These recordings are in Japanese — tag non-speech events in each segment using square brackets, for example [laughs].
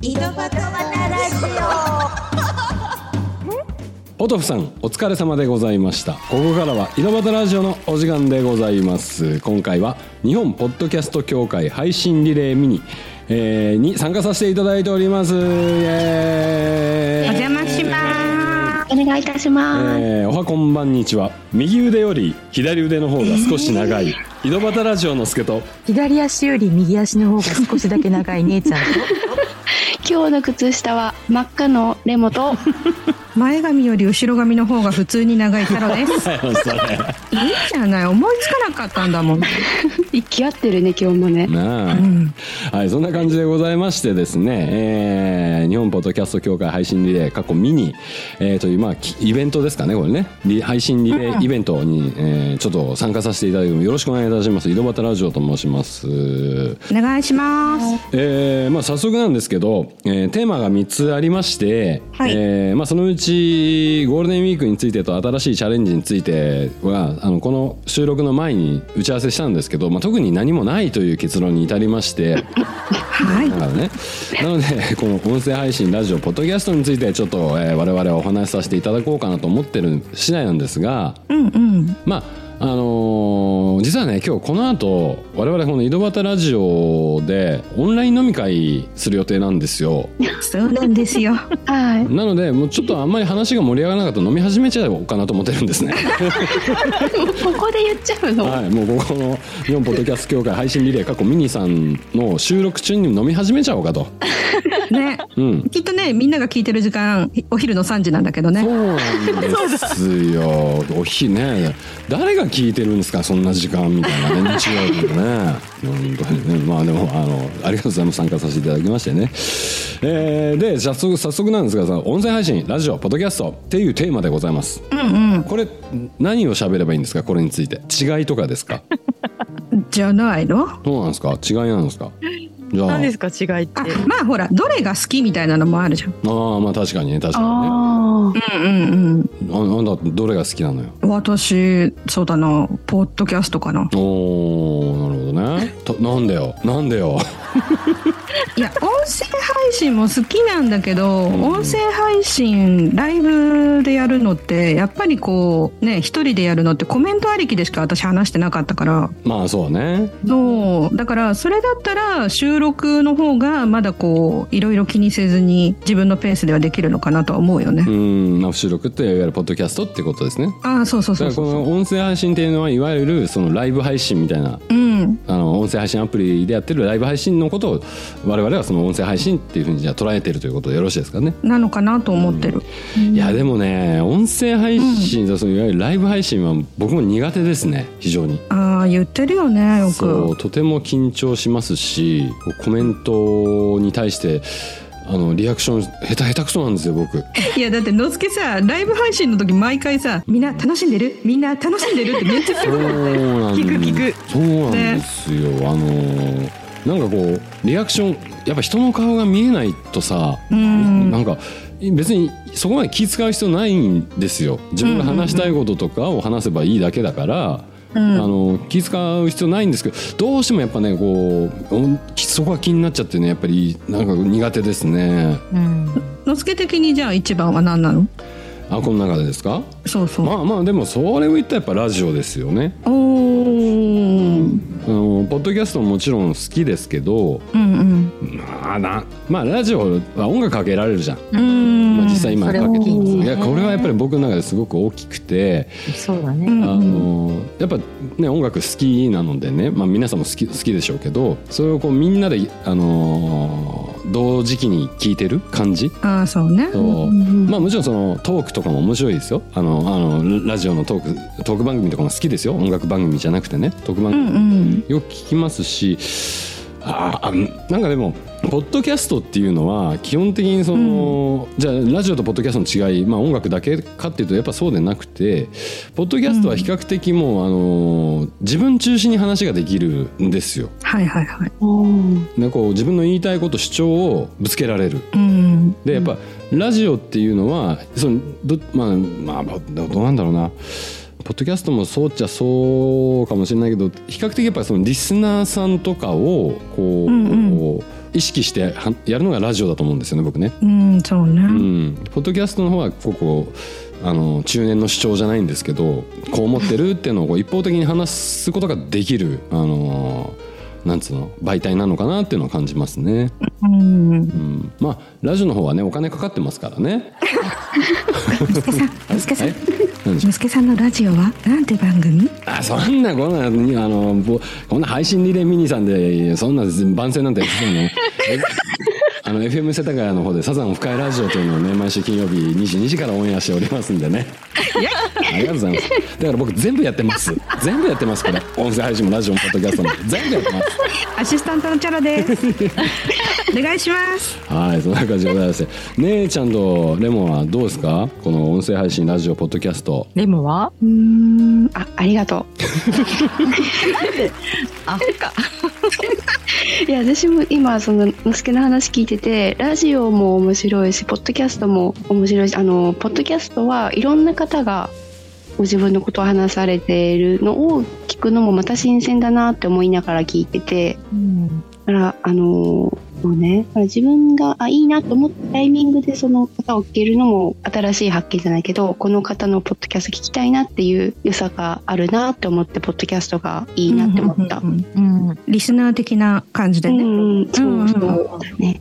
井戸端バナラジオポトフさんお疲れ様でございましたここからは井戸端ラジオのお時間でございます今回は日本ポッドキャスト協会配信リレーミニ、えーに参加させていただいておりますイエーイお邪魔しまお願いいたします。えーおはこんばんにちは右腕より左腕の方が少し長い、井戸端ラジオの助と左足より右足の方が少しだけ長い姉ちゃんと今日の靴下は真っ赤のレモ [laughs] とす前髪より後ろ髪の方が普通に長いキャラですいいじゃない思いつかなかったんだもん行き合ってるね今日もねなあ、はいそんな感じでございましてですね、えー日本ポッドキャスト協会配信リレー過去ミニ、えーというまあきイベントですかねこれねリ配信リレーイベントに、えーちょっと参加させていただいてもよろしくお願いいたします井戸端ラジオと申しますお願いしますえーまあ、早速なんですけど、えーテーマが3つありまして、はいえーまあ、そのうちゴールデンウィークについてと新しいチャレンジについてはあのこの収録の前に打ち合わせしたんですけど、まあ、特に何もないという結論に至りまして。 [laughs] はいだからね、なのでこの音声配信ラジオポッドキャストについてちょっと、えー我々はお話しさせていただこうかなと思ってる次第なんですが、うんうんまああのー実はね今日この後我々この井戸端ラジオでオンライン飲み会する予定なんですよそうなんですよはいなのでもうちょっとあんまり話が盛り上がらなかったら飲み始めちゃおうかなと思ってるんですねここで言っちゃうの、はいもうここの日本ポッドキャスト協会配信リレー過去ミニさんの収録中に飲み始めちゃおうかとねうんきっとねみんなが聞いてる時間お昼の3時なんだけどそねうなんですよ。おひね、誰が聞いてるんですか、そんな時間みたいなね、日曜日のね。本当にね、まあ、でも、あの、ありがとうございます。参加させていただきましてね。えーで、早速、早速なんですが、さ、音声配信、ラジオ、ポッドキャストっていうテーマでございます。これ、何を喋ればいいんですか、これについて、違いとかですか。じゃないのあどうなんですか、違いなんですか。じゃあ、何ですか違いってまあほらどれが好きみたいなのもあるじゃんああ、まあ、確かにね、確かにね。ああうんうんあ、なんだ、どれが好きなのよ。うん私そうだなポッドキャストかなおーなるほどねとなんだよなんだよいや音声配信も好きなんだけど、ん音声配信ライブでやるのってやっぱりこうね一人でやるのってコメントありきでしか私話してなかったからまあそうねそうだからそれだったら収録の方がまだこういろいろ気にせずに自分のペースではできるのかなとは思うよねう、んまあ収録っていわゆるポッドキャストってことですねああそうそうだかそうらこそうの音声配信っていうのはいわゆるそのライブ配信みたいなうんあの音声配信アプリでやってるライブ配信のことを我々はその音声配信っていうふうにじゃあ捉えてるということでよろしいですかね、なのかなと思ってる、いやでもね音声配信とそのいわゆるライブ配信は僕も苦手ですね非常にああ言ってるよねよそくうとても緊張しますしコメントに対してあのリアクション下手下手くそなんですよ僕 [laughs] いやだってのすけさライブ配信の時毎回さ「みんな楽しんでるみんな楽しんでる」ってめっちゃすそうごいなん聞く聞くそうなんですよ、あのーなんかこうリアクションやっぱ人の顔が見えないとさ、うんなんか別にそこまで気遣う必要ないんですよ自分が話したいこととかを話せばいいだけだから、あの気遣う必要ないんですけどどうしてもやっぱねこうおそこが気になっちゃってねやっぱりなんか苦手ですねうんのすけ的にじゃあ一番は何なのあこの中でですかそうそう、まあまあでもそれを言ったらやっぱラジオですよねおーあのポッドキャストももちろん好きですけどうんまあなまあラジオは音楽かけられるじゃん、うんうんまあ、実際今かけてるんですそれ大きいねいやこれはやっぱり僕の中ですごく大きくて、そうだうねんあのやっぱね音楽好きなのでね、まあ、皆さんも好き好きでしょうけどそれをこうみんなで、あの同時期に聴いてる感じああそうねと、まあもちろんそのトークとかも面白いですよあのあのラジオのトークトーク番組とかも好きですよ音楽番組じゃなくてねトーク番う組、んうんよく聞きますしああなんかでもポッドキャストっていうのは基本的にその、じゃあラジオとポッドキャストの違い、まあ、音楽だけかっていうとやっぱそうでなくてポッドキャストは比較的もう、あの自分中心に話ができるんですよ。はいはいはいでこう自分の言いたいこと主張をぶつけられる。うんでやっぱ、ラジオっていうのはそのどまあまあぼどどうなんだろうなポッドキャストもそうっちゃそうかもしれないけど比較的やっぱりそのリスナーさんとかをこう、うんうんこう意識してはやるのがラジオだと思うんですよね僕ね。うんそうね、うん、ポッドキャストの方はこうこうあの中年の主張じゃないんですけどこう思ってるっていうのをこう一方的に話すことができる、あのなんつうの媒体なのかなっていうのは感じますね、うんうん、まあラジオの方はねお金かかってますからね息子さん息子さんえ何でしょう息子さんのラジオはなんて番組あそんなこんなにあのぼこんな配信リレーミニさんでそんな番宣なんてやってたのえ [laughs] あの FM 世田谷の方でサザンオフ会ラジオというのをね毎週金曜日22時からオンエアしておりますんでねありがとうございますだから僕全部やってます全部やってますこれ音声配信もラジオもポッドキャストも全部やってますアシスタントのチャラですお願いしますはいそんな感じでございます姉ちゃんとレモンはどうですかこの音声配信ラジオポッドキャストレモンはうーんあありがとあか。 [laughs] ういや私も今そののすけの話聞いててラジオも面白いしポッドキャストも面白いしあのポッドキャストはいろんな方がご自分のことを話されているのを聞くのもまた新鮮だなって思いながら聞いててうん。だからあのもうねだから自分があいいなと思ったタイミングでその方を聞けるのも新しい発見じゃないけどこの方のポッドキャスト聞きたいなっていう良さがあるなって思ってポッドキャストがいいなって思った。うん。リスナー的な感じでね、うん、そうそううんね。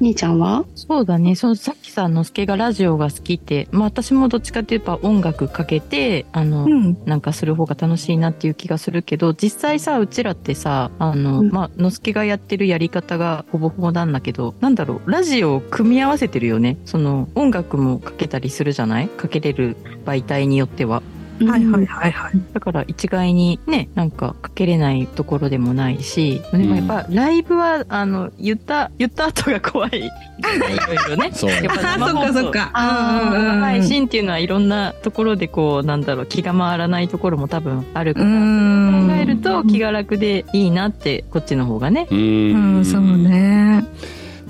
姉ちゃんはそうだね。そのさっきさんのすけがラジオが好きって、まあ私もどっちかっていうとやっぱ音楽かけて、あの、うんなんかする方が楽しいなっていう気がするけど実際さうちらってさあの、うんまあのすけがやってるやり方がほぼほぼなんだけどなんだろうラジオを組み合わせてるよねその音楽もかけたりするじゃないかけれる媒体によってははいはいい。はいはいだから一概にねなんかかけれないところでもないしでもやっぱライブは、あの言った言った後が怖 [laughs] いいろいろねそうやっぱあそ生っ放か送そっか生あ配信っていうのはいろんなところでこうなんだろう気が回らないところも多分あるかうら、ん考えると気が楽でいいなってこっちの方がね。ううんんそうね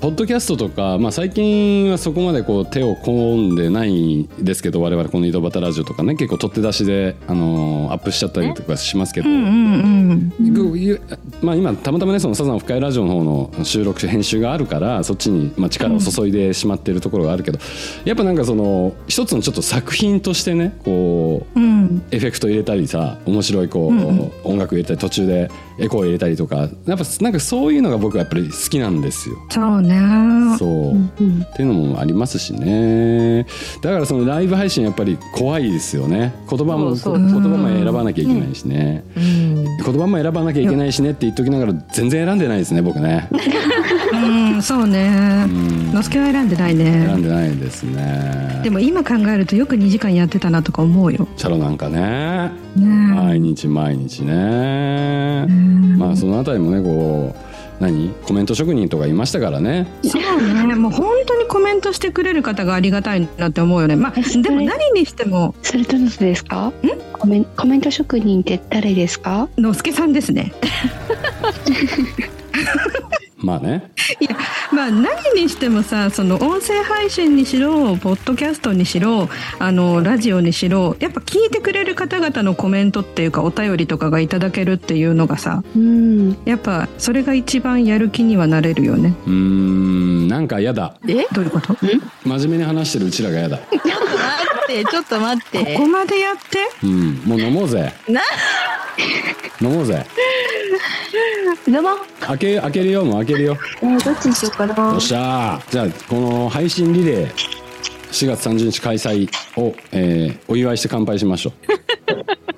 ポッドキャストとか、まあ、最近はそこまでこう手を込んでないですけど我々この井戸端ラジオとかね結構取って出しで、あのーアップしちゃったりとかしますけど、うんうんうんこういうまあ、今たまたまねそのサザンオフ会ラジオの方の収録編集があるからそっちに、まあ、力を注いでしまってるところがあるけど、やっぱなんかその一つのちょっと作品としてねこううんエフェクト入れたりさ面白いこう、うんうん音楽入れたり途中でエコー入れたりとかやっぱなんかそういうのが僕はやっぱり好きなんですよ。そうねそう、うんっていうのもありますしねだからそのライブ配信やっぱり怖いですよね言葉もそうそ言う葉も選ばなきゃいけないしね、うん、言葉も選ばなきゃいけないしねって言っときながら全然選んでないですね僕 [laughs] ねうんそううねんのすけは選んでない選ねんでないですねでも今考えるとよく2時間やってたなとか思うよチャロなんかねね毎日毎日ねうんまあそのあたりもねこう何コメント職人とかいましたからねそうねもう本当にコメントしてくれる方がありがたいなって思うよねまあでも何にしてもそれとどうですかコメンコメント職人って誰ですかのすけさんですねまあねまあ何にしてもさその音声配信にしろポッドキャストにしろあのラジオにしろやっぱ聞いてくれる方々のコメントっていうかお便りとかがいただけるっていうのがさうん。やっぱそれが一番やる気にはなれるよねうーんなんか嫌だえ [laughs] どういうことこ真面目に話してるうちらが嫌だちょっと待ってちょっと待ってこまでやってうん、もう飲もうぜ。な [laughs] 飲もうぜ。どうも。開け、開けるよ、もう開けるよ。えーどっちにしようかよなっ。しゃー。じゃあ、この配信リレー。4月30日開催を、えーお祝いして乾杯しましょ [laughs] う。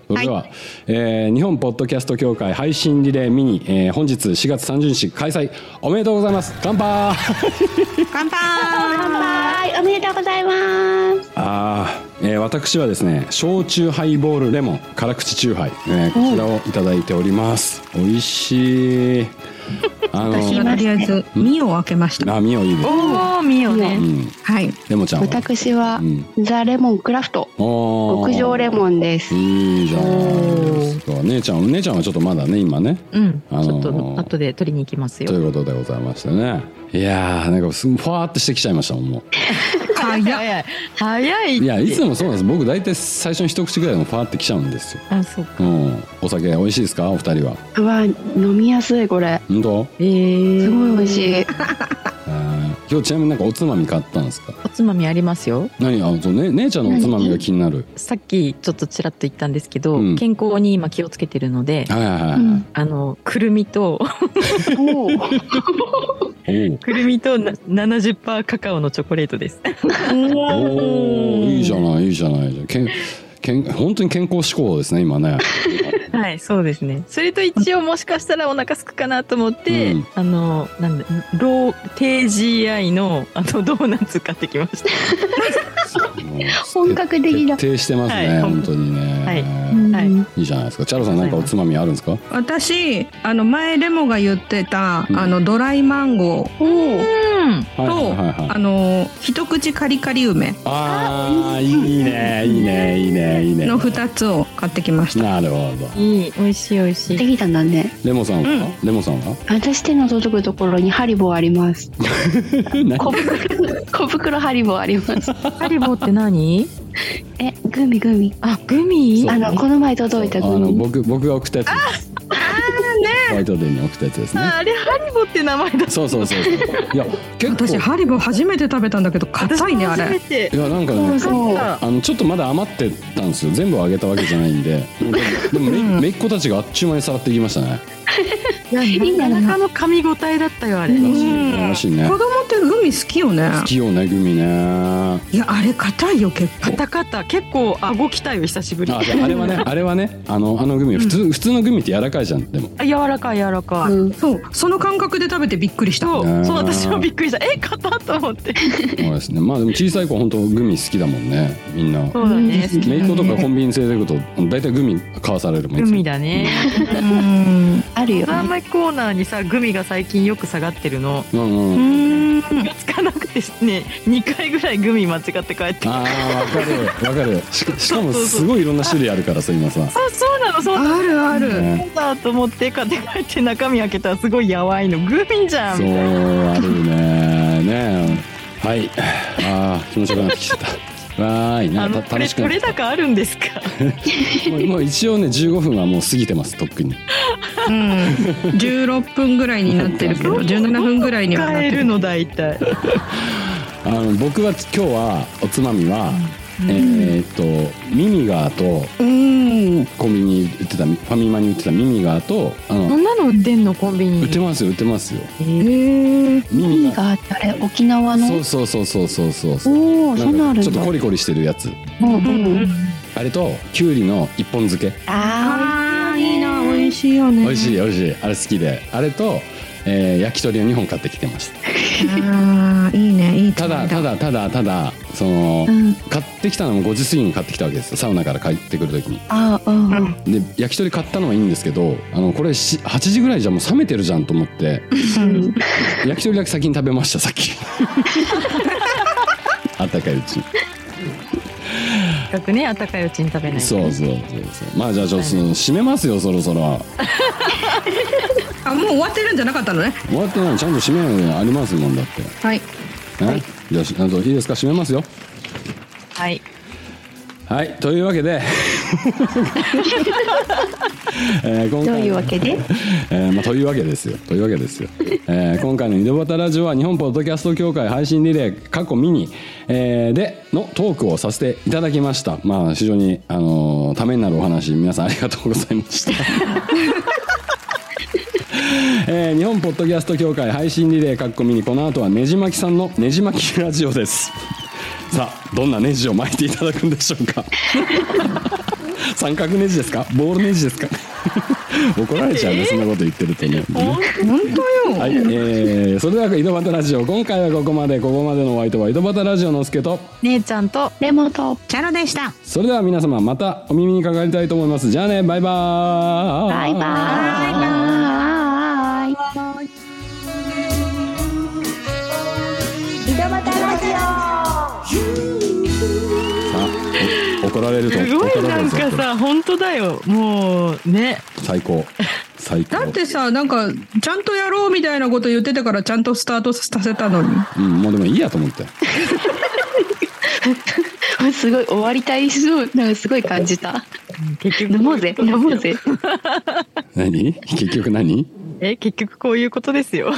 それでは、えー日本ポッドキャスト協会配信リレーミニ、えー本日4月30日開催おめでとうございます乾杯乾杯乾杯おめでとうございます。あー、えー私はですね焼酎ハイボールレモン辛口チューハイ、えーこちらをいただいております美味し [laughs] いあの私今とりあえず身を開けましたあ、みおいいです。おおみようね。ん。はいレモちゃんは。私は、ザ・レモンクラフト、おー極上レモンです。いいじゃないですか。姉ちゃん、姉ちゃんはちょっとまだね、今ね。うん、ちあのーょっと後で取りに行きますとよ。 [laughs] いうことでございましてね。いやー、なんかすん、ふわーってしてきちゃいましたもん、もう。早っ早い早いっていやいつもそうなんです僕大体最初の一口ぐらいのパーって来ちゃうんですよ、あそうかうん、お酒美味しいですかお二人はうわ飲みやすいこれ本当えー、すごい美味いしいえー今日ちなみになんかおつまみ買ったんですかおつまみありますよ何あそう、ね、姉ちゃんのおつまみが気になるさっきちょっとちらっと言ったんですけど、うん健康に今気をつけてるのではいはいはうい、んあのくるみとお [laughs] ーおうくるみとな70%カカオのチョコレートですおーいいじゃないいいじゃないじゃけんけん本当に健康志向ですね今ねはいそうですねそれと一応もしかしたらお腹空くかなと思って、うんあのなんだロー低 GI のあのドーナツ買ってきましたもう本格的だ徹底してますね、はい本当にね、はいはいうんい、いじゃないですかチャロさんなんかおつまみあるんですか私あの前レモが言ってた、うんあのドライマンゴーうんはいはいはいはいあの一口カリカリ梅ああいいねいいねいいねいいねの2つを買ってきましたなるほどいい美味しい美味しでいきたんだねレモさんは、うんレモさんは私手の届くところにハリボーあります何小袋 [laughs] 小袋ハリボーありますハリボーって何 [laughs] えグミグミあグミそうあのこの前届いたあグのミ僕僕が送ったやつですバイトデーに送ったやつですねああれハリボーって名前だったそうそうそうそういや結構私ハリボー初めて食べたんだけど硬いねあ初めれていやなんかそうねそうああのちょっとまだ余ってたんですよ全部あげたわけじゃないんででもでもめめいっ子たちがあっちゅう間にさらっていきましたねいやなかなかの噛み応えだったよあれ、らしういんらしいね子供ってグミ好きよね好きよねグミねあいやあれ硬いよ結カ構タカタ結構顎きたよ久しぶりであれはねあれはねあのあのグミ普通、普通のグミって柔らかいじゃんでもあ柔らかい柔らかい、うんそうその感覚で食べてびっくりしたそあーうそう私もびっくりしたえ硬っと思ってそうですねまあでも小さい子は本当グミ好きだもんねみんなそうだね好きめいっ子とかだコねンビニ連れてくと大体グミ買わされるもんいつグもミだねうんあるよおね甘いコーナーにさグミが最近よく下がってるのうんうんううんん気がつかなくてね2回ぐらいグミ間違って帰ってああわかるわかるしかしかもすごいいろんな種類あるからさ今さあそうなのそうなのあるあるねだと思って買って帰って中身開けたらすごいやわいのグミじゃんそうあるねねえはいあー気持ちよくなってきちゃっ [laughs] たわーいあなのたこれ楽しくな取っれてき高あるんですかたもうもう一応ね15分はもう過ぎてますとっくにうん16分ぐらいになってるけど17分ぐらいにはなっ買えてるるの大体あの僕は今日はおつまみは、えーっとミミガーとうんコンビニ売ってたファミマに売ってたミミガーとあのんなの売ってんのコンビ売ってますよ売ってますよへえミミ何ガーがあってあれ沖縄のそうそうそうそうそうそうそうおおそんなんあなんかるちょんっだとコリコリしてるやつうんうんうんあれときゅうりの一本漬けああーいいな美味しいよね美味しい美味しいあれ好きであれと、えー焼き鳥を2本買ってきてましたあーいいねいいたただただただただそのーうん買ってきたのも5時過ぎに買ってきたわけですよサウナから帰ってくる時にあーうんうんで焼き鳥買ったのはいいんですけどあのこれし8時ぐらいじゃもう冷めてるじゃんと思ってうん焼き鳥だけ先に食べましたさっき [laughs] あったかいうちにせっかくね温かいうちに食べないとそうそうそうそうまあじゃあちょっとその締めますよそろそろあもう終わってるんじゃなかったのね終わってないちゃんと締めるのありますもんだってはいね、じゃあしあといいですか締めますよはいはいというわけ [laughs] で、えー今回どういうわけでえーまあ、というわけですよというわけですよ、えー今回の「井戸端ラジオ」は日本ポッドキャスト協会配信リレー過去ミニ、えーでのトークをさせていただきましたまあ非常に、あのーためになるお話皆さんありがとうございました [laughs] えー日本ポッドキャスト協会配信リレーかっこミニこの後はねじまきさんのねじまきラジオですさあどんなネジを巻いていただくんでしょうか三角ネジですかボールネジですか [laughs] 怒られちゃうね、そんなこと言ってるとね本当よ、はい、えー、それでは井戸端ラジオ今回はここまでここまでのお相手は井戸端ラジオのすけと姉ちゃんとレモとチャロでしたそれでは皆様またお耳にかかりたいと思いますじゃあねバイバーイバイバーイ井戸端ラジさあお怒られるとすごい怒らなれんるぞかさ本当だよもうね最高最高だってさなんかちゃんとやろうみたいなこと言ってたからちゃんとスタートさせたのにうんもうでもいいやと思って [laughs] すごい終わりたいそうなんかすごい感じた結局飲もうぜ飲もうぜ何結局何え結局こういうことですよ